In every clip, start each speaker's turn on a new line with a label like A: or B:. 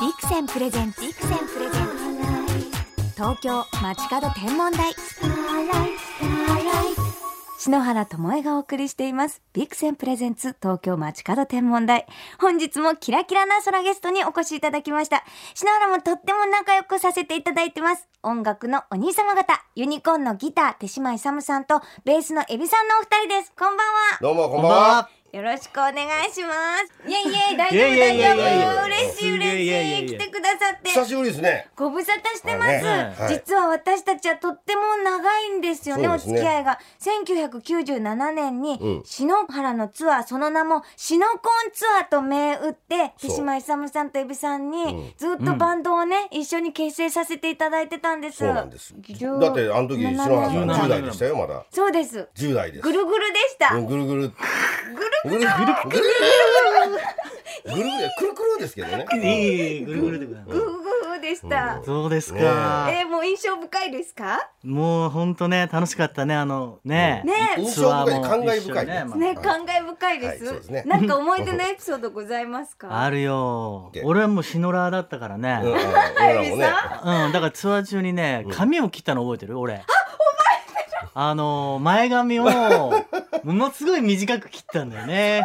A: ビクセンプレゼンツビクセンプレゼンツ東京街角天文台篠原智恵がお送りしていますビクセンプレゼンツ東京街角天文台本日もキラキラな空ゲストにお越しいただきました篠原もとっても仲良くさせていただいてます音楽のお兄様方ユニコーンのギター手島勇さんとベースのエビさんのお二人ですこんばんは
B: どうもこんばんは。
A: よろしくお願いします。いえいえ、大
C: い
A: 丈
C: や
A: 夫、
C: いや
A: 大
C: いや
A: 丈
C: いや
A: 夫、嬉しい、
C: いやいやいやい
A: 嬉
C: や
A: しい、来てくださって。
B: 久しぶりですね。
A: ご無沙汰してます、
C: ね
B: はい
A: 実は私たちはとっても長いんですよね
B: そう
A: お
B: ですね
A: 付き合いが1997年
B: うん
A: に篠原のツアーその名も篠コンツアーと銘打って
B: そ
A: 手
B: う
A: 島勇さんとエビさん
B: うん
A: にずっとバンドをね、一緒に結成させていただいてたんです
B: そうなんです。だって
A: 17
B: あの時篠原さん
C: 17
B: 10代でしたよまだ。
A: そうです
B: 10代です
A: ぐ。るぐるでした、
B: うんぐるぐる。ぐるぐるぐるぐるぐるぐるぐるくるくるですけどね。
C: いいぐるぐるでございます
A: ぐーぐーでした、
C: そうですか、
A: えーもう印象深いですか
C: もう本当ね楽しかったねあのね
A: ねえ
B: 印
C: ツ
B: 象
C: アー
B: 深い
C: も
B: 感慨深い
C: 一緒
B: ね
C: に。
A: ね、
B: はい
A: 感慨深いです,、
B: はいそうですね
A: なんか思い出のエピソードございます
C: あ
A: か
C: るよ
B: で
C: 俺はもうシノラーだったからね、
B: うんうん
C: うん
B: 俺らもね。
C: だからツアー中にね髪を切ったの覚えてる俺ああの前髪をものすごい短く切ったんだよね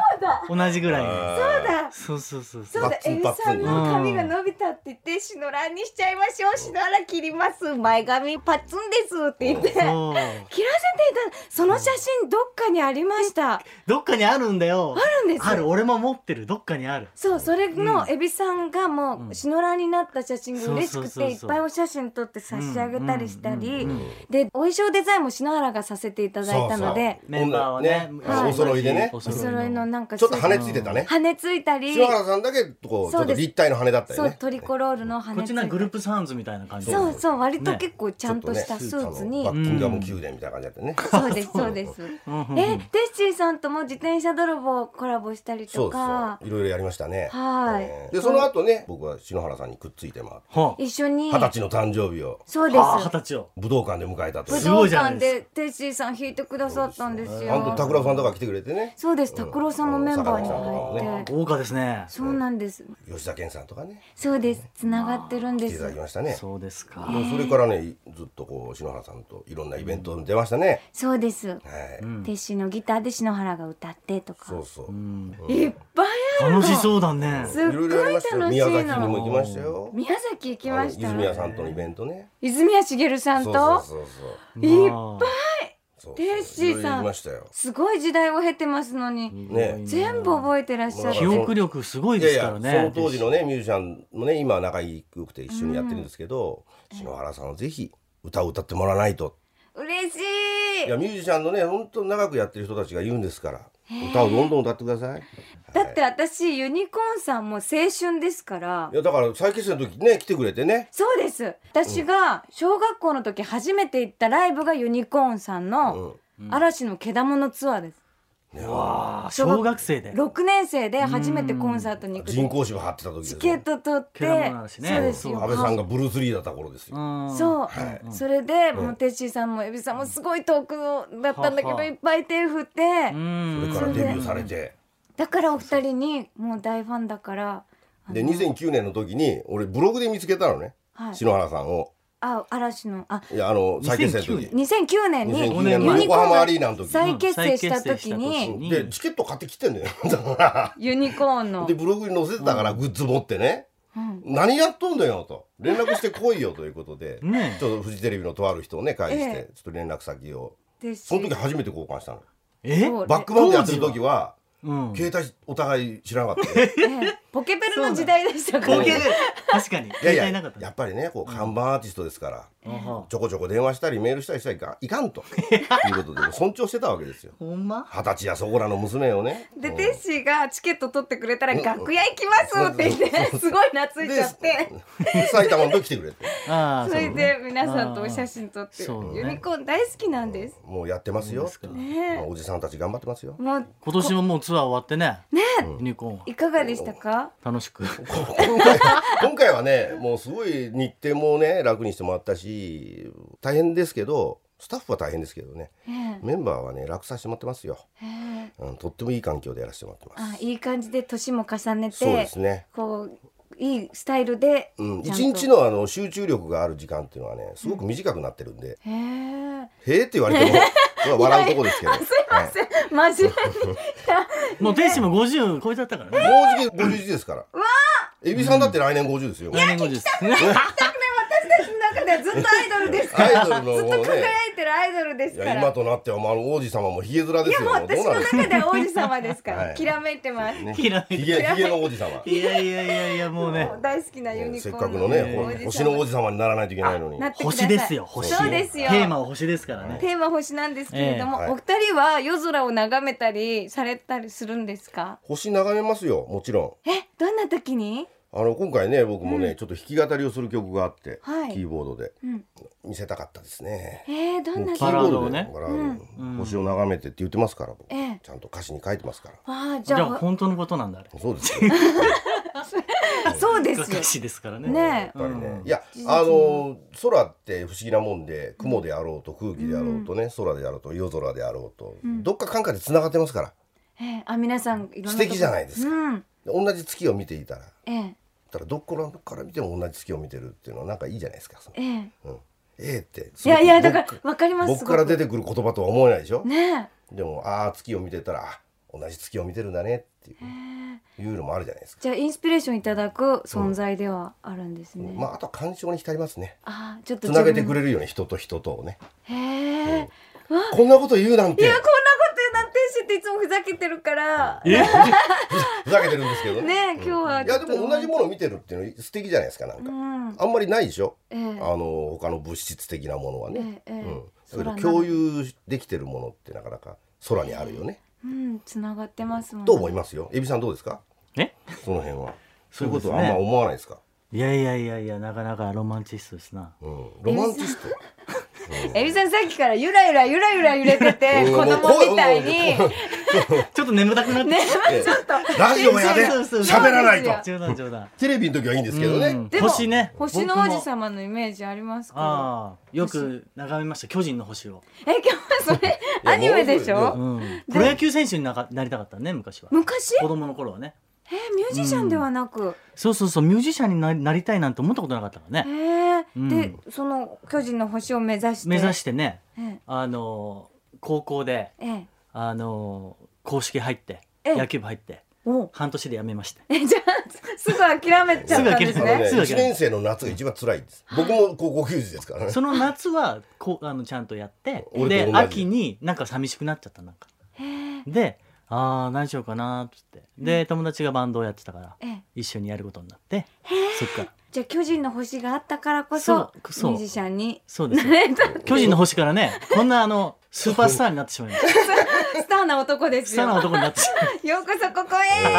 C: 同じぐらいに
A: そうだ
C: そうそうそうそ
A: そううだ
B: バ、ツン
A: エビさん
C: バツ
A: の
C: ン
A: 髪が伸びたって言って、シノランにしちゃいましょう、シノラ切ります、前髪パツンですって言って、切らせて
C: そう
A: いた、その写真どっかにありました。あ
C: どっかにあるんだよ
A: るんです
C: ある
A: よ。
C: 俺も持ってるどっかにある
A: そう、それのエビさんがも
C: う
A: う、
C: ん
A: シノランになった写真が嬉し
C: そう
A: く
C: そうそう
A: て、いっ
C: そう
A: ぱいお写真撮って差し上げたりしたり
C: うんうんうん、
A: で、お衣装デザインも篠原がさせていただいたので、
C: メンバーはね
A: はい
B: お揃いでね。
C: お
A: お揃いのなんか、
B: ちょっと羽ついてたね。
A: 羽根ついたり
B: 篠、原さんだけこうちょっと立体の羽だったよ
A: そう、
B: ね。
A: トリコロールの羽
C: こ
A: 根
C: っ
A: つ
C: ち
A: い
C: な
A: た
C: んかグ
A: り
C: ルー。プサウンズみたいな感じで
A: そうそう、割と
C: ね
A: 結構ちゃんとしたス
B: ちょ
A: ー
B: っと
A: ツ
B: ね
A: に
B: バ。ッキンガム宮殿みたいな感じだったよね。
A: そうですそうです。
C: うんうんうん
A: え、テッシーさんとも自転車泥棒コラボしたり
B: そ
A: と
B: うそ
A: か
B: う、いろいろやりましたね。
A: はい
B: えーでその後ね、僕は篠原さんにくっついてま
C: は
A: 一緒に
B: 二十歳の誕生日を
A: そうで
C: あはあ二
A: す。
C: 十歳を
B: 武道館で迎えたという
A: 武
C: すご
A: 道
C: いじゃな
A: 館
C: いで
A: でテッシーさん弾いてくださったんです
B: あの
A: よ。
B: 拓郎さんとか来てくれてね。
A: そうです。拓郎さんもメンバーに入って。
C: 豪華ですね
A: そうなんです。
B: 吉田健さんとかね
A: そうです。つながってるんで
B: 来てい
A: す
B: た。だきましたね
C: そうですか
B: もうそれからねずっとこう篠原さんといろんなイベントに出ましたね、
A: そうです。
B: はい、
A: テッシーのギターで篠原が歌ってとか
B: そ。うそう、
A: いっぱいあるの。
C: 楽しそうだね
A: すっごい楽しいの
B: 宮崎にも行きましたよ
A: 宮崎行きました。
B: あの泉谷さんとのイベントね
A: 泉谷しげるさん
B: そう
A: と
B: そうそう
C: ま
A: いっ
C: あ
B: そうそう
A: テッシーさん
B: いろいろ行きましたよ
A: すごい時代を経てますのに
B: ね
A: 全部覚えてらっしゃ
B: ぱ
A: る
B: い
C: 記憶力すごい
B: いや
C: で
B: い
C: すから
B: や、
C: ね
B: その当時のねミュージシャンもね今仲良くて一緒にやってるんですけど、篠原さんはぜひ歌を歌ってもらわないと
A: 嬉し
B: い
A: い
B: やミュージシャンのね本当長くやってる人たちが言うんですから歌をどんどん歌ってください
A: だって私ユニコーンさんも青春ですから
B: いやだから再結成の時ね来てくれてね
A: そうです私が小学校の時初めて行ったライブがユニコーンさんの嵐のけだものツアーです
C: あ小学生で
A: 6年生で初めてコンサートに行く
B: 人工芝張ってた時です
A: チ
B: よ
A: ケット取って
C: けだもの嵐ね
A: そうです
B: 安
A: よ
B: 倍さんがブルース・リーだった頃ですよ、
C: うん
A: そう、それで、もうテッシーさんもエビさんもすごい遠くだったんだけど、
C: ははい
A: っぱい手振って、
C: うん
B: それからデビューされて
A: だからお二人にもう大ファンだから、
B: で2009年の時に俺ブログで見つけたのね、
A: はい、
B: 篠原さんを
A: あ嵐のあ
B: いやあの再結成の時
A: 2009年に
B: 2009
C: 年
A: ユニコ
B: 横浜アリ
A: ー
B: ー
A: ン
B: ナの
A: が
B: 時
A: 再結成した時
C: う
A: に
C: ん
B: でチケット買ってきてんだよだか
A: ユニコーン
B: ら
A: の
B: でブログに載せてたから、グッズ持ってね、何やっとんだよと連絡してこいよということで、
C: ね
B: ちょっとフジテレビのとある人をね会議して、
A: え
B: ちょっと連絡先を
A: で
B: その時初めて交換したの
C: え
A: そう
B: バックバンドやってる時は
C: うん
B: 携帯お互い知らなかっ たよ
A: ええポケベルの時代でしたから
C: 光景確かに
B: いやい
C: 携
B: や
C: 帯なかった
B: や
C: ね
B: っぱりねこう看板アーティストですから、
C: うん
B: ちょこちょこ電話したりメールしたりしたらいかいかんということで尊重してたわけですよ
C: ほんま
B: 二十歳やそこらの娘をね
A: で
B: うん
A: テッシーがチケット取ってくれたら楽屋行きますって言ってすごい懐いちゃって
B: で埼玉の時来てくれて
C: ああ
A: それで皆さんとお写真撮って
C: そうね
A: ユニコーン大好きなんです
B: もうやってますよ
C: そうですか
A: ねえ
B: もうおじさんたち頑張ってますよ
A: もう
C: 今年ももうツアー終わってね。ね。ユニコーン
A: いかがでしたか
C: 楽しく。
B: こ今回今回はねもうすごい日程もね楽にしてもらったし大変ですけどスタッフは大変ですけどね
A: ええ
B: メンバーはね楽させてもらってますよ、
A: ええ
B: うん、とってもいい環境でやらせてもらってます
A: あいい感じで年も重ね
B: そう
A: て
B: ですね
A: こういいスタイルで、
B: うん、
A: ちゃん
B: 一
A: と
B: 日のあの集中力がある時間っていうのはねすごく短くなってるんで、
A: へえ
B: へえって言われてもそれは笑うとこですけど
A: あすいません、真面目に
C: もう天使も50超えちゃったからね
B: はい、もうじき51ですからエビさんだって来年50ですよ、
C: 来年50です
A: 私たちの中ではずっとアイドルですか
B: アイ
A: ら
B: ドルの
A: ずっと
B: もう
A: 輝
B: ね
A: いてるアイドルです
B: い
A: から
B: や今となってはまあ王子様もヒゲ面で
A: いや
B: す
A: もう
B: よ
A: 私の中では王子様ですから、
B: はい
A: きらめいてます、
B: ね
C: ひ らめい
B: ヒ
C: て
B: ゲヒゲの王子様
C: いやいやいやいやもうね
A: もう大好きなユニコ
B: せっ
A: ー
B: か
A: ン
B: くの
C: え
B: ね
C: ー
B: 星の王子様にならないといけないのに
A: なってくださ
C: 星
A: い
C: ですよ星
A: そうですよ
C: テーマは星ですからね
A: テーマ星なんですけれども、
B: ええはい
A: お二人は夜空を眺めたりされたりするんですか
B: 星眺めますよもちろん
A: えどんな時に
B: あの今回ね僕もね、ちょっと弾き語りをする曲があって、
A: はい
B: キーボードで
A: うん
B: 見せたかったですね。
A: えー、どん
B: もう
A: な
B: キ
A: 時
B: ー
C: バラー
B: ボ
A: に
B: ー
C: ド
B: ド
C: をね
B: でバラード
C: うん
B: 星を眺めてって言ってますから、僕
A: ええ
B: ちゃんと歌詞に書いてますから。
A: あーじ
C: じ
A: ゃ
C: ゃあ
A: あ
C: 本当のことなんだあれ
B: そうです よ。やっ
A: そうです
C: 歌
A: よ
C: 詞ですからね
A: ねえ
B: ぱりね、
C: うん
B: いやあの空って不思議なもんで雲であろうと空気であろうとね、空であろうと夜空であろうと、どっか感化でつながってますから
A: ええあ皆さんいろんなとこ
B: 素敵じゃないですか
A: うん
B: 同じ月を見ていたら
A: ええ
B: たらどこから見ても同じ月を見てるっていうのはなんかいいじゃないですか。その
A: ええ
B: うん、ええって
A: いやいや
B: すご
A: だ
B: く
A: からわかります
B: 僕から
A: すご
B: 出てくる言葉とは思えないでしょ
A: く。ね
B: でもああ月を見てたらあ同じ月を見てるんだねっていう,、いうのもあるじゃないですか。
A: じゃあインスピレーションいただく存在ではあるんですね、
B: まああとは感傷に浸りますね。
A: あーちょっと
B: つなげて
A: 自
B: く
A: 分
B: れるよね人と人とをね。
A: へえ
B: こんなこと言うなん
A: い
B: て
A: やこんなこと言うなんてしっていつもふざけてるからね
C: え
B: ふざけてるんですけど。
A: え今日はいちょ
B: や
A: っ
B: で
A: と
B: も同じものを見てるっていうの素敵じゃないですかなんか。
A: うん
B: あんまりないでしょ。
A: ええ
B: あの他の物質的なものはね。
A: ええええ
B: うん。
A: 空な
B: だけど
A: の
B: 共有できてるものってなかなか空にあるよね。
A: うん繋がってますもん
B: と思いますよ。エビさんどうですか？
C: え
B: その辺は。そういう
C: そう
B: こ
C: です
B: とはあ
C: ね
B: んま思わないですか。
C: いやいやいやいやなかなかロマンチストですな
B: うん。ロマンチスト。
A: エビさんさっきからゆらゆらゆらゆら揺れてて
B: うん
A: 子供みたいに
B: もう
C: ちょっと眠たくなって
A: ね
C: き
B: ええ
A: ちょっと
B: ラジオやで
C: そうそうそう
B: 喋らない
A: そ
B: と
A: うで。
C: た冗談冗談
B: テレビの時はいいんですけど
C: うん
B: ね。
A: でも
C: 星ね
A: 星の
C: 僕
A: 王
C: も
A: 子様のイメージありますか
C: ああよく眺めました巨人の星を、
A: え今日はそれ
B: いや
A: アニメでし
B: も
A: ょ
B: う
C: うん、プロ野球選手になかなりたかったね昔は
A: 昔
C: 子供の頃はね
A: えミュージシャンではなく
C: そうそうそうミュージシャンになりなりたいなんて思ったことなかったから
A: え
C: ね
A: え
C: うん
A: でその巨人の星を目指して
C: 目指してね
A: え
C: あのー高校で
A: えええ
C: あのー公式入って
A: ええ
C: 野球部入って
A: お
C: 半年で辞めました
A: えじゃあすぐ諦めちゃったんです
B: あの
A: ね
B: ね
C: すぐ
B: 一年生の夏が一番辛いです。僕も高校球児ですからね。
C: その夏はこうあのちゃんとやって
B: 俺と同
C: で
B: じ
C: 秋になんか寂しくなっちゃったなんか
A: へえ
C: でああ何しようかなーっつってで友達がバンドをやってたから
A: ええ
C: 一緒にやることになってそっから
A: じゃあ巨人の星があったからこそ
C: そうそう
A: ミュージシャンに
C: そうですよ巨人の星からねこんなあのスーパースターになってしまい ました
A: スターな男です
C: スターな
A: よ。
C: 男になってしまいまし
A: ようこそここ
B: ええ
A: へ。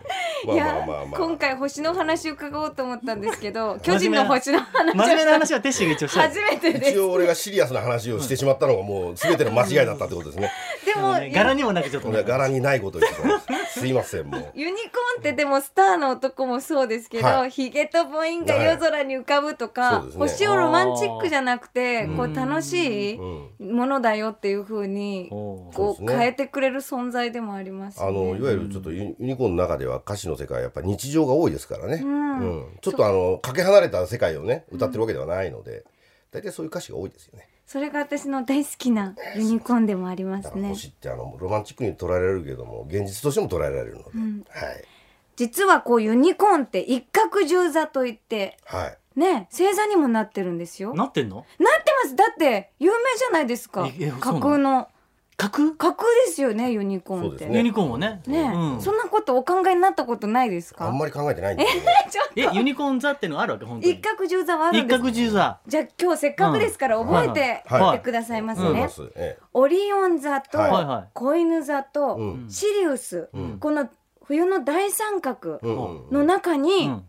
A: い
B: まあまあまあ
A: や
B: まあ。
A: 今回星の話伺おうと思ったんですけ ど、巨人の星の
C: た真面
A: 話
C: 目な話はテッシーが一応したんで
A: 初
C: す
A: めてで
B: 一応俺がシリアスな話をしてしまったのがもう全ての間違いだったってことですね。
A: す。で
C: でも
A: も
C: ね柄にもなくちょっと
B: 俺は柄にないことを言ってます。すいませんもう。
A: ユニコーンってでもスターの男もそうですけ
B: は
A: ど、ヒゲと母音が夜空に浮かぶと
B: はい
A: か
B: そうです、ね
A: 星をロマンチックじゃなくて、こ
C: う
A: うん楽しい
B: うん。
A: ものだよっていう風に。
C: おー
A: こ
B: そううですね
A: 変えてくれる存在でもあります
B: あ
A: よ
B: の
A: ね
B: い。わゆるちょっとユユニコーンの中では歌詞の世界はやっぱり日常が多いですからね、
A: ん
B: うんちょっとあのかけ離れた世界をね歌ってるわけではないので、大体そういう歌詞が多いですよね
A: それが私の大好きなユニコーンでもありま
B: だ
A: す
B: から
A: ね。
B: 星ってあのロマンチックに捉えられるけども現実としても捉えられるので、はい
A: 実はこうユニコーンって一角十座といって
B: はい
A: ね星座にもなってるんですよな
C: なってんの
A: ってますだって有名じゃないですか
C: ええそうな
A: 架空
C: の
A: の
C: 架空
A: 架空ですよねユニコーンって
B: そうです
C: ユニコーンはね
A: ね
C: うん
A: そんなことお考えになったことないです
B: あ
A: か
B: んまり考えてないんですよね、
A: ちょっ
C: えユニコーン座っていうのあるわけ本
A: と
C: 当に
A: 一角十座はある
C: 一
A: んです
C: 角十座
A: じゃあ今日せっかくですから
B: うん
A: 覚えて
B: はい
A: やってくださいます
B: 思い
A: ね
B: ます、ええ
A: オリオン座と
B: はい
C: はいはい
A: 子犬座
B: う
A: と
B: ん
A: シリウス
B: うん
A: この冬の大三角
B: うんうん
A: の中
C: う
A: に
C: ん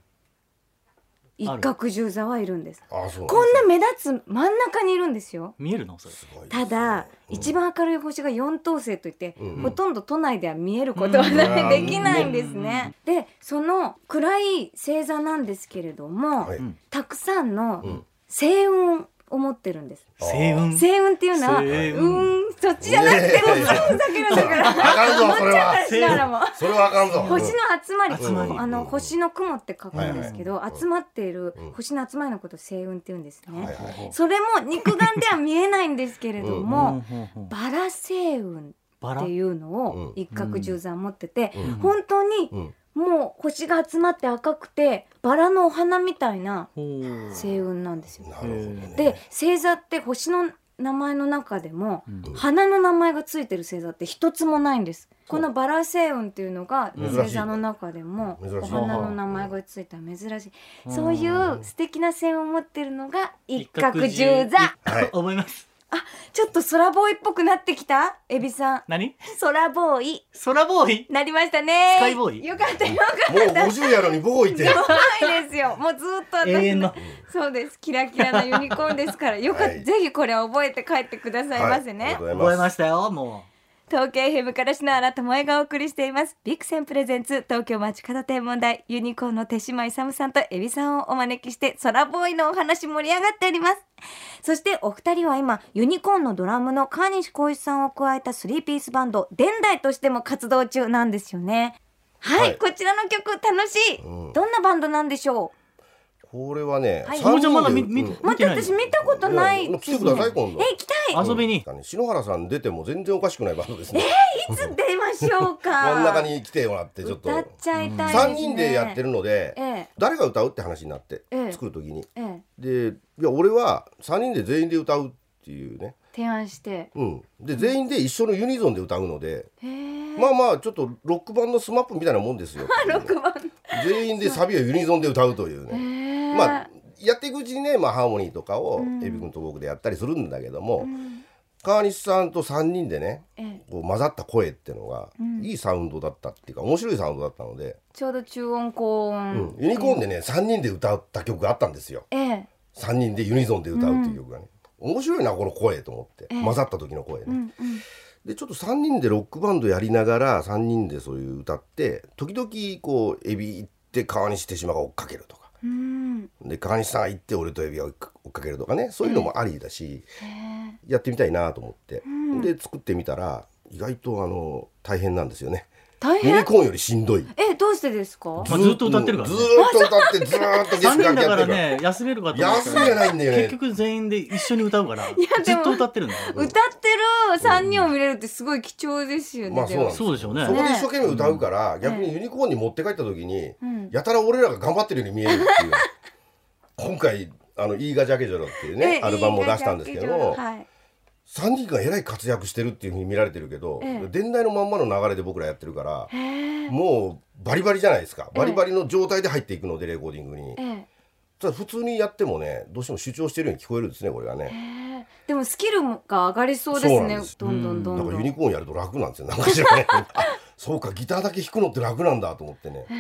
A: 一角十座はいるんです
B: あそう
A: こんな目立つ真ん中にいるんですよ
C: 見えるのそれ
B: すごいですね
A: ただ、
B: うん
A: 一番明るい星が4等星といって、
B: うん
A: ほとんど都内では見えることはない、
B: うん
A: できないんですね。でその暗い星座なんですけれども、
B: はい
C: うん
A: たくさん
B: う
A: の
B: ん
A: 星雲思ってるんです。
C: 星雲
A: 星雲っていうのは、う
C: 星雲
A: ーん、そっちじゃなくて、
B: ねえ
A: もう星雲だけなんだ から。
B: あかん ぞそれは
A: 思っちゃったしながらも。
B: それはあかんぞ
A: 星の集まり、
C: 集まり
A: あの星の雲って書くんですけど、
B: はいはい
A: 集まっている
B: うん
A: 星の集まりのことを星雲って言うんですね、
B: はいはい
A: それも肉眼では見えないんですけれど
C: うん
A: も、
C: うんうん
A: バラ星雲
C: バ
A: っ
C: ラ
A: ていうの
B: うん
A: を一角十三持ってて、
B: うん
A: 本当に
B: うん
A: もう星が集まって赤くてバラのお花みたいな
C: ほう
A: 星雲なんですよ。
B: なるほどね
A: で星座って星の名前の中でも、
C: うん
A: 花の名前がついてる星座って一つもないんですこのバラ星雲っていうのが
B: 珍しい
A: 星座の中でも
B: 珍しい
A: お花の名前がついた珍しい
C: うん
A: そういう素敵な星を持ってるのが一角十
C: 一角
A: 座
B: はい
C: 覚えます
A: ちょっと空ボーイっぽくなってきたエビさん
C: 何
A: 空ボーイ
C: 空ボーイ
A: なりましたね
C: スカイボーイ
A: よかったよ
B: もう50やのにボーイって
A: かった いですよもうずっと私
C: 永遠の
A: そうですキラキラなユニコーンですからよかった、
B: はい
A: ぜひこれは覚えて帰ってくださいませね、
B: はいありがとうご
C: 覚
B: ざ
C: え
B: いま
C: ますしたよも
A: 東京 FM から篠原智恵がお送りしていますビクセンプレゼンツ東京街角天文台ユニコーンの手島勇さんとエビさんをお招きして空ボーイのお話盛り上がっておりますそしてお二人は今ユニコーンのドラムの川西浩一さんを加えたスリーピースバンド伝代としても活動中なんですよねはい、
B: はい
A: こちらの曲楽しい、
B: うん
A: どんなバンドなんでしょ
B: これはね
A: はい
B: 三人
C: もうじゃあまだ見
B: で
C: 見
B: うん
A: うまた
C: 見てないの
A: 私見たことない
B: いや
A: ですね
B: 来てください今度
A: え行きたいう
C: 遊びに
B: うん篠原さん出ても全然おかしくないバンドですね
A: いつ出ましょうか
B: 真ん中に来てもらってちょっと
A: 歌っちゃいたいですね
B: 3人でやってるので
A: ええ
B: 誰が歌うって話になって
A: ええ
B: 作る時に
A: ええ
B: でいや俺は3人で全員で歌うっていうね
A: 提案して
B: うんで全員で一緒のユニゾンで歌うので
A: へえ
B: まあまあちょっとロックバンドスマップみたいなもんですよ
A: 6番
B: 全員でサビをユニゾンで歌うというね
A: へえ
B: まあやっていくうちにね、まあ、ハーモニーとかを
A: うん
B: エビ君と僕でやったりするんだけど
A: う
B: も
A: ん
B: 川西さんと3人でね
A: ええ
B: こう混ざった声ってのが
A: うん
B: いいサウンドだったっていうか面白いサウンドだったので、
A: ちょうど中音高
B: う
A: 音、
B: ん、ユニコーンでね3人で歌った曲があったんですよ。
A: ええ
B: 3人でユニゾンで歌うっていう曲がね、面白いなこの声と思って、
A: ええ
B: 混ざった時の声ね、
A: うん
B: でちょっと3人でロックバンドやりながら3人でそういう歌って時々こうエビ行って川西手島が追っかけるとか
A: うんうん
B: で川西さん行って俺とエビが追っか追っかけるとかねそういうのもありだし、
A: へ
B: やってみたいなと思って、
A: うん
B: で作ってみたら意外とあの大変なんですよね
A: え大
B: ユニ
A: 変
B: コーンよりしんどい
A: えどうしてですか
C: まあずっと歌ってるからね
B: ずーっと歌 ってずーっと
C: う
B: 月
C: 3
B: 額
C: 人だ
B: や
C: か
B: って
C: ら
B: るから
C: ね休めるかと思っ
B: 休
C: た
B: みが
C: ら
B: ないんだよね
C: 結局全員で一緒に歌うから
A: も
C: ずっと歌ってるんだよ
A: 歌ってる三人を見れるってすごい貴重ですよね、
B: まあ
A: で
B: そうなん
A: も
B: です
C: そうでしょうね
B: そこで一生懸命歌うから、逆にユニコーンに持って帰った時に、
A: うん
B: やたら俺らが頑張ってるように見えるっていう今回あの「いいがジャケジョロ」っていうね
A: ええ
B: アルバムを出したんですけ
A: いい
B: ど
A: 楽曲はい
B: 3人がえらい活躍してるっていうふうに見られてるけど、
A: ええ
B: 伝来のまんまの流れで僕らやってるから
A: へえ
B: もうバリバリじゃないですか
A: ええ
B: バリバリの状態で入っていくのでレコーディングに
A: ええ
B: ただ普通にやってもねどうしても主張してるように聞こえるんですねこれがね
A: へえでもスキルが上がりそうです
B: そうな
A: ね
B: んです
A: どんどんど
B: だ
A: ん
B: か
A: ど
B: ら
A: ん
B: ユニコーンやると楽なんですよなんか 知らないあそうかギターだけ弾くのって楽なんだと思ってね
A: へ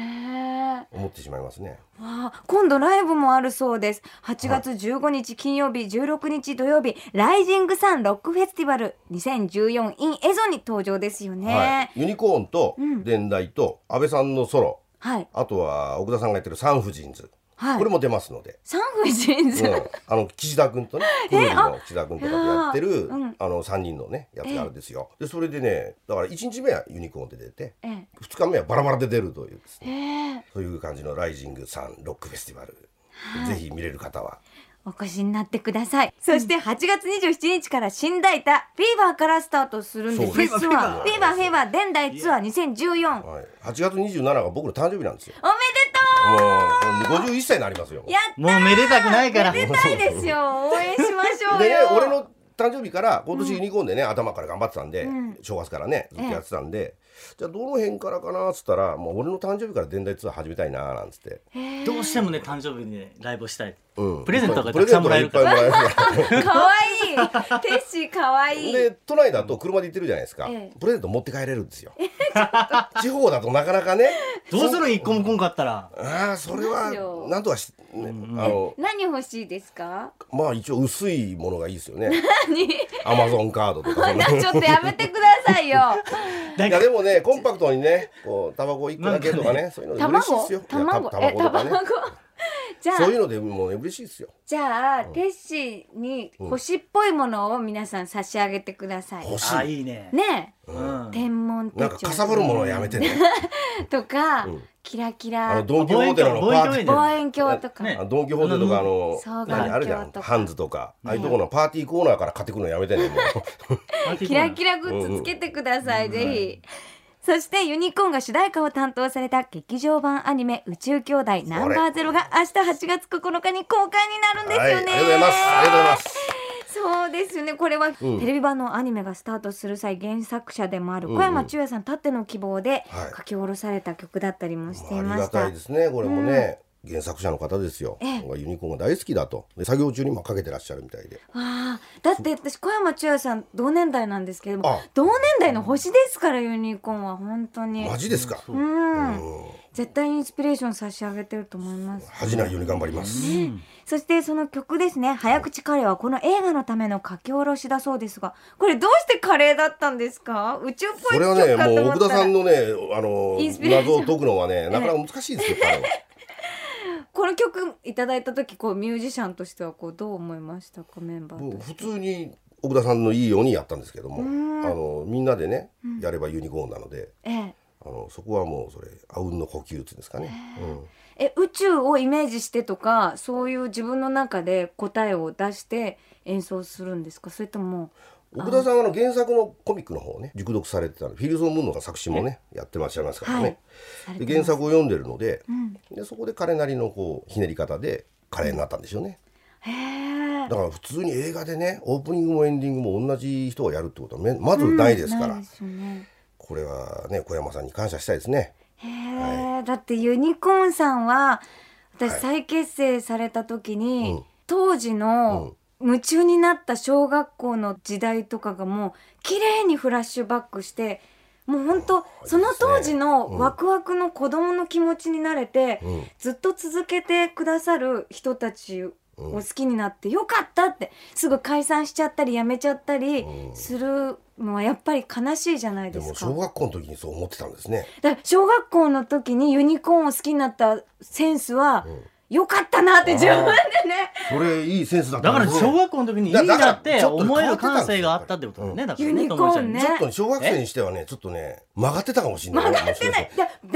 A: え
B: 思ってしまいますね
A: わあ今度ライブもあるそうです8月15日金曜日16日土曜日ライジングサンロックフェスティバル 2014in エゾに登場ですよね
B: はい、ユニコーンと
A: うん
B: 伝来と安倍さんのソロ、
A: はい
B: あとは奥田さんがやってる産婦人図、
A: はい
B: これも出ます ので、
A: サンフジンズ、
B: うんあの岸田君とねクールの岸田君とかでやってる、
A: あうん
B: あの3人のねやつがあるんですよでそれでねだから1日目はユニコーンで出て
A: え
B: 2日目はバラバラで出るというです
A: え
B: ね
A: へえ
B: そういう感じの「ライジングサンロックフェスティバル」ぜひ見れる方は
A: お越しになってくださいそして8月27日から新大田フィーバーからスタートするんです
B: そうです
A: ツアー
B: フィーバー
A: フィーバーフィーバー伝来ツアー2014
B: はい、8月27が僕の誕生日なんですよ。
A: おめでと
B: もうもう51歳になりますよ。
A: うやっ
C: もうめでたくないから
A: めでたいですよ応援しましょうよ
B: でね、俺の誕生日から今年ユニコーンでね、頭から頑張ってたんで、
A: うん
B: 正月からねずっとやってたんで、じゃあどの辺からかなっつったらもう俺の誕生日から伝来ツアー始めたいななんつって、
A: へえ
C: どうしてもね誕生日にねライブをしたい
B: うん
C: プレゼントが
B: プ
C: た
B: レ
C: くさ
B: ゼン
C: ん
B: ト
C: もら
B: が
C: え
B: いっ
C: る
B: ぱいも
C: から
B: らえるから
A: かわいい。テッシーかわいい。
B: で都内だと車で行ってるじゃないですか、
A: ええ
B: プレゼント持って帰れるんですよ地方だとなかなかね
C: どうする一個も来んかったら
B: ああそ
A: そう
B: れ
A: ですよ
B: はなんとかし、ねあの
A: 何欲しいですか？
B: まあ一応薄いものがいいですよね アマゾンカードとかそんな
A: ちょっとやめてください よ。
C: だ
B: い
C: か
B: や
C: ら
B: でもねコンパクトにねこうタバコ一個だけとかねそういうので嬉しいですよ
A: 卵？
B: い
A: 卵？ え
B: やたタバコとか
A: 卵
B: ね？
A: じゃあ
B: そういうのでもう嬉しいですよ
A: じゃあ、テッシーに星っぽいものを皆さん差し上げてください。
B: 欲し
C: あ
B: い
C: いいね
A: ねえ、
C: うん
A: 天文手
B: なんかかさぶるものはやめてね
A: とか、
B: うん
A: キラキ
B: あ
A: ラ
B: のドン・キホーテの
C: 望遠
B: パ
C: 鏡
B: ーティー
C: 望
A: 望遠鏡とか、
C: ね
B: あドン・キホーテとかあの
A: 双眼鏡
B: 何あるじゃん
A: とか
B: ハンズとかああいうところのパーティーコーナーから買ってくるのやめてねもう
A: キラキラグッズつけてください、ぜひ。そしてユニコーンが主題歌を担当された劇場版アニメ「宇宙兄弟ナンバーゼロが明日8月9日に公開になるんです
B: はいあ
A: よ
B: り
A: ね。
B: がとうございますありがとうございます
A: そうですよねこれは
B: うん
A: テレビ版のアニメがスタートする際原作者でもある小山中也さんたっての希望で
B: はい
A: 書き下ろされた曲だったりもしてい
B: あ
A: ま
B: りが
A: した。
B: たいですねこれもね、原作者の方ですよ、
A: ええ
B: ユニコーンが大好きだとで作業中にもかけてらっしゃるみたいで
A: わあだって私小山千也さん同年代なんですけれども
B: あ
A: 同年代の星ですからユニコーンは本当に
B: マジですか、
A: う
B: うんん
A: 絶対インスピレーション差し上げてると思います
B: 恥じないように頑張ります、
A: そしてその曲ですね「早口カレー」はこの映画のための書き下ろしだそうですがこれどうしてカレーだったんですか宇宙っぽい
B: それは
A: 曲
B: ね
A: かと
B: もう
A: 思っ
B: 奥田
A: た
B: さ
A: ら
B: んのねあの
A: インスピレーショ
B: 謎
A: ン
B: を解くのはねなかなか難しいですよ、彼は
A: この曲いただいた時こうミュージシャンとしてはこうどう思いましたかメンバー
B: もう
A: とし
B: 普
A: て。
B: 通に奥田さんのいいようにやったんですけども、
A: ん
B: あのみんなでねやればユニコーンなので、
A: え
B: あのそこはもうそれあうんの呼吸っていうんですかね、うん
A: ええ宇宙をイメージしてとかそういう自分の中で答えを出して演奏するんですかそれとも
B: 奥田さんはあの原作のコミックの方をね熟読されてたのフィルソン・ムーンの作詞もねやってらっしゃいますからね、
A: はい
B: で原作を読んでるので,、
A: ん
B: でそこで彼なりのこうひねり方で華麗になったんでしょうね、
A: へえ
B: だから普通に映画でねオープニングもエンディングも同じ人がやるってことはめまずないですから、
A: ないですよね
B: これはね小山さんに感謝したいですね
A: へえ、だってユニコーンさんは私
B: はい
A: 再結成された時に、
B: うん
A: 当時の夢中になった小学校の時代とかがもう綺麗にフラッシュバックしてもう本当その当時のワクワクの子供の気持ちになれて、
B: うん
A: ずっと続けてくださる人たちを好きになってよかったってすぐ解散しちゃったりやめちゃったりするのはやっぱり悲しいじゃない
B: で
A: です
B: も
A: か。
B: 小学校の時にそう思ってたんですね
A: だから小学校の時にユニコーンを好きになったセンスは良かったなって自分でね、
B: それいいセンスだっ
C: だ
B: た
C: から
B: ですね
C: 小学校の時にいいなって思える感性があったってことだよね。だからね
A: ユニコーンね
B: ち
C: ともち
B: ょっとね小学生にしてはねちょっとね曲がってたかもしれない
A: 曲がってない
B: もしかし
A: だ大ブー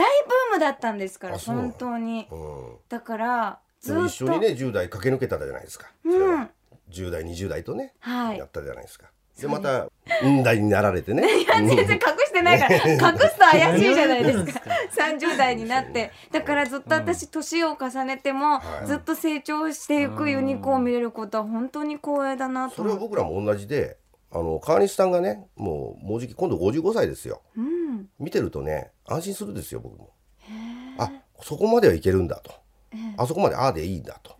A: ムだったんですから
B: あそう
A: 本当に
B: たらうん
A: だからず
B: で
A: っと
B: も一緒にね10代駆け抜けたじゃないですか、それ
A: うん
B: は10代20代とね、
A: はい
B: やったじゃないですかでまたうん代になられてねう ん
A: 全然隠してないから隠すと怪しいじゃ ないですか
C: 何を言
A: 30代になってだからずっと私年を重ねても
B: はい
A: ずっと成長していくユニコーンを見れることは本当に光栄だなと
B: それ
A: 思
B: は
A: って
B: 僕らも同じであの川西さんがねもうもうじき今度55歳ですよ
A: うん
B: 見てるとね安心するんですよ僕もあそこまではいけるんだとあそこまでああでいいんだと、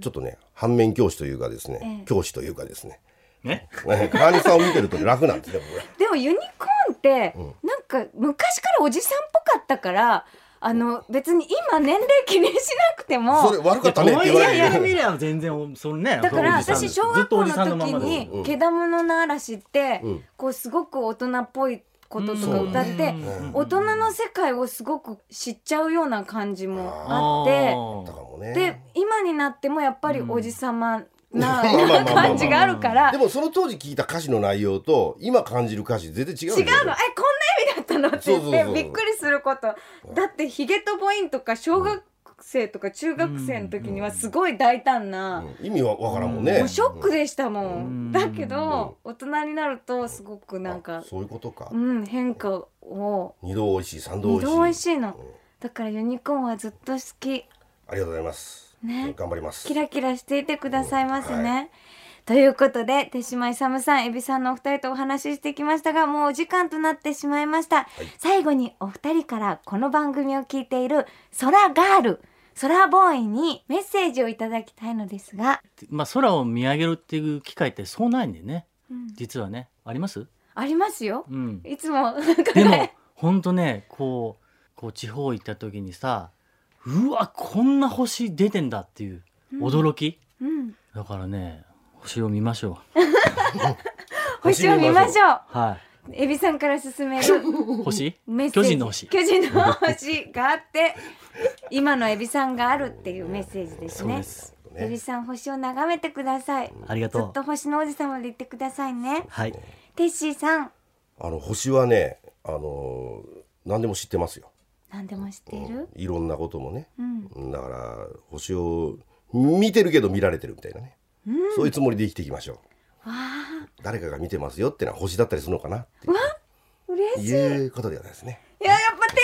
B: ちょっとね反面教師というかですね、
A: ええ
B: 教師というかですね
C: ね。
B: 川西さんを見てるとね楽なんですね僕ら
A: でもユニコーンってなんか昔からおじさんっぽかったからあの別に今年齢気にしなくて
B: それ
A: も
B: 悪かったねって言わ
C: いやいや
B: れ
C: 見
B: る
C: りゃ全然そのね。
A: だから
C: おじさん
A: 私小学校の時
C: ずっとおじさんのままで
A: に「けだものの嵐」って
B: うん
A: こうすごく大人っぽいこととか
B: うん
A: 歌って
C: うん
A: 大人の世界をすごく知っちゃうような感じもあっ
B: だか
C: あ
B: もね
A: てで今になってもやっぱりおじさまな
B: うんまあまあまあま あ
A: 感じがあるから
B: でもその当時聞いた歌詞の内容と今感じる歌詞全然違う
A: 違
B: ん
A: う
B: ですよ
A: のえこんな意味だったのって言って
B: そうそうそう
A: びっくりすることだってヒゲとボインとか小学生とか中学生の時にはすごい大胆な、も
B: うん意味はわからんもんね、
A: うショックでしたもん、
C: うん
A: だけど、大人になるとすごくなん
B: あ
A: か、
B: そういうことか、
A: うん、変化を
B: 二度おいしい三度
A: 二
B: おいしい
A: 度おいしいの
B: うん
A: だからユニコーンはずっと好き
B: ありがとうございます、
A: ね
B: 頑張ります
A: キラキラしていてくださいますね。
B: うんは
A: ということで手島勇さんエビさんのお二人とお話ししてきましたがもうお時間となってしまいました、最後にお二人からこの番組を聞いているソラガールソラボーイにメッセージをいただきたいのですが
C: まあ空を見上げるっていう機会ってそうないんでね。実はねあります。
A: ありますよ
C: うん。
A: いつもなんか
C: でも
A: ね
C: 本当ねこうこう地方行った時にさうわこんな星出てんだっていう驚き、
A: うん、
C: だからね星を見ましょう
A: 星を見ましょう
C: は
A: エビさんから勧める
C: 星
A: メッセージ
C: 巨人の星
A: 巨人の星があって今のエビさんがあるっていうメッセージです
C: そう
A: ね
C: です
A: エビさん星を眺めてください
C: ありが
A: ずっ
C: とう
A: と星の王子様でいてくださいね
C: はい
A: テッシーさん
B: あの星はね、あのー何でも知ってますよ。
A: 何でも知っている
B: いろんなこともね。
A: うん
B: だから星を見てるけど見られてるみたいなね。そういうつもりで生きていきましょ
A: わあ
B: う。誰かが見てますよってのは星だったりするのかなって
A: 嬉しいい
B: いうことではないですね。
A: ややっぱテ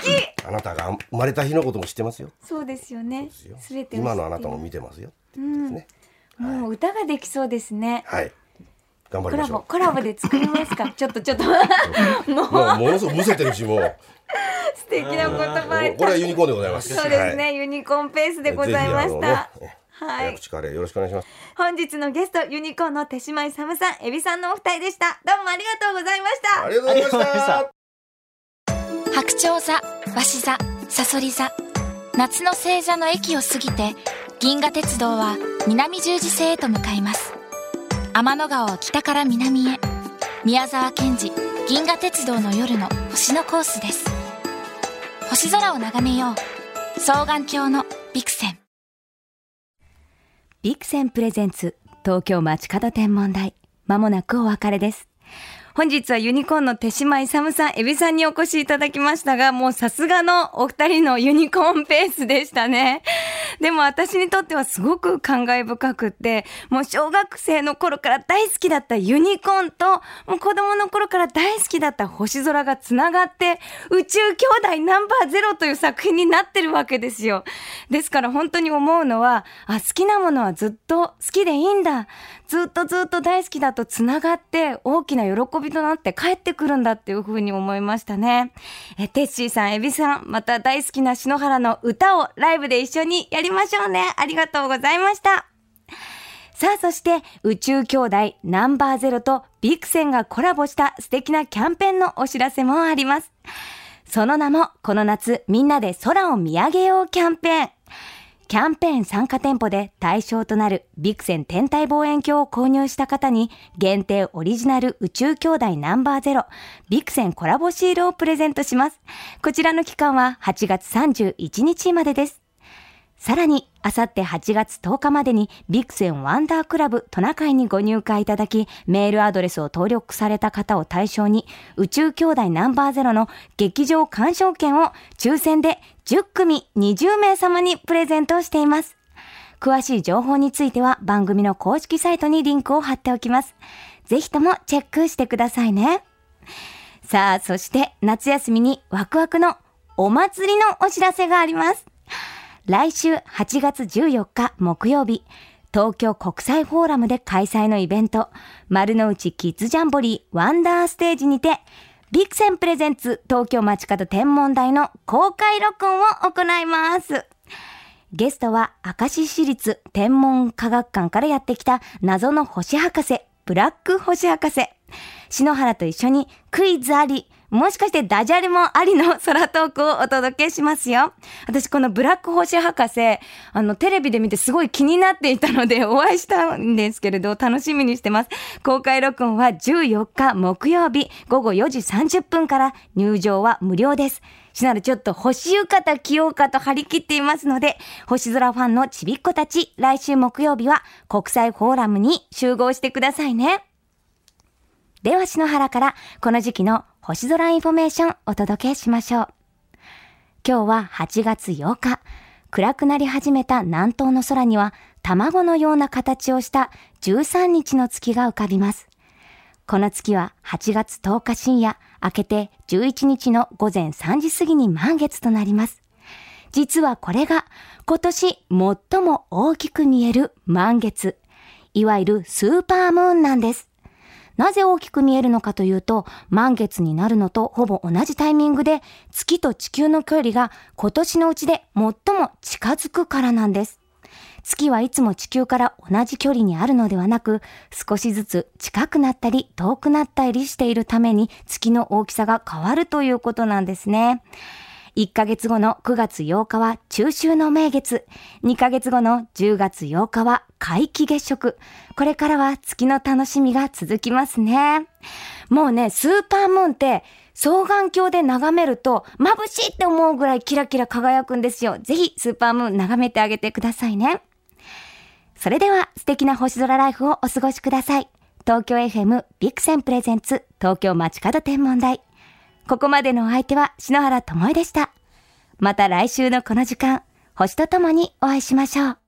A: ッシー好き
B: あなたが生まれた日のことも知ってますよ。
A: そうですよね
B: ですよ
A: すべてを知って
B: 今のあなたも見てますよってことですね。
A: もう歌ができそうですね
B: はい。頑
A: コ
B: 張りま
A: ラ
B: し
A: ボ
B: ょ
A: コラボで作ります かちょっとちょっと
B: う。もうものすごくむせてるしも う。
A: 素敵な言葉
B: おこれはユニコーンでございます。
A: そうですね、
B: はい。
A: ユニコーンペースでございまし
B: ぜひ
A: た
B: あのね
A: は
B: 早
A: い
B: 口カレーよろしくお願いします。
A: 本日のゲストユニコーンの手島勇さんエビさんのお二人でしたどうもありがとうございました
B: ありがとうございまし
C: ありがとうございましたた。
D: 白鳥座、鷲座、サソリ座。夏の星座の駅を過ぎて、銀河鉄道は南十字星へと向かいます。天の川を北から南へ。宮沢賢治、銀河鉄道の夜の星のコースです。星空を眺めよう。双眼鏡のビクセン。
A: ビクセンプレゼンツ東京街角天文台まもなくお別れです本日はユニコーンの手島勇さん、エビさんにお越しいただきましたが、もうさすがのお二人のユニコーンペースでしたね。でも私にとってはすごく感慨深くって、もう小学生の頃から大好きだったユニコーンと、もう子供の頃から大好きだった星空がつながって、宇宙兄弟ナンバーゼロという作品になってるわけですよ。ですから本当に思うのは、あ、好きなものはずっと好きでいいんだ。ずっとずっと大好きだとつながって、大きな喜びとなって帰ってくるんだっていうふうに思いましたね。え、テッシーさん、エビさん、また大好きな篠原の歌をライブで一緒にやりましょうね。ありがとうございました。さあ、そして、宇宙兄弟ナンバーゼロとビクセンがコラボした素敵なキャンペーンのお知らせもあります。その名も、この夏、みんなで空を見上げようキャンペーン。キャンペーン参加店舗で対象となるビクセン天体望遠鏡を購入した方に限定オリジナル宇宙兄弟ナンバーゼロビクセンコラボシールをプレゼントします。こちらの期間は8月31日までです。さらに、あさって8月10日までに、ビクセンワンダークラブトナカイにご入会いただき、メールアドレスを登録された方を対象に、宇宙兄弟ナンバーゼロの劇場鑑賞券を抽選で10組20名様にプレゼントしています。詳しい情報については番組の公式サイトにリンクを貼っておきます。ぜひともチェックしてくださいね。さあ、そして夏休みにワクワクのお祭りのお知らせがあります。来週8月14日木曜日、東京国際フォーラムで開催のイベント、丸の内キッズジャンボリーワンダーステージにて、ビクセンプレゼンツ東京街角天文台の公開録音を行います。ゲストは明石市立天文科学館からやってきた謎の星博士、ブラック星博士。篠原と一緒にクイズあり、もしかしてダジャレもありの空トークをお届けしますよ。私このブラック星博士、あのテレビで見てすごい気になっていたのでお会いしたんですけれど楽しみにしてます。公開録音は14日木曜日午後4時30分から入場は無料です。しなるちょっと星浴衣着ようかと張り切っていますので、星空ファンのちびっ子たち、来週木曜日は国際フォーラムに集合してくださいね。では篠原からこの時期の星空インフォメーションお届けしましょう。今日は8月8日、暗くなり始めた南東の空には卵のような形をした13日の月が浮かびます。この月は8月10日深夜、明けて11日の午前3時過ぎに満月となります。実はこれが今年最も大きく見える満月、いわゆるスーパームーンなんです。なぜ大きく見えるのかというと、満月になるのとほぼ同じタイミングで、月と地球の距離が今年のうちで最も近づくからなんです。月はいつも地球から同じ距離にあるのではなく、少しずつ近くなったり遠くなったりしているために月の大きさが変わるということなんですね。 1ヶ月後の9月8日は中秋の名月。2ヶ月後の10月8日は皆既月食。これからは月の楽しみが続きますね。もうね、スーパームーンって双眼鏡で眺めると眩しいって思うぐらいキラキラ輝くんですよ。ぜひスーパームーン眺めてあげてくださいね。それでは素敵な星空ライフをお過ごしください。東京 FM ビクセンプレゼンツ東京街角天文台。ここまでのお相手は篠原ともえでした。また来週のこの時間、星とともにお会いしましょう。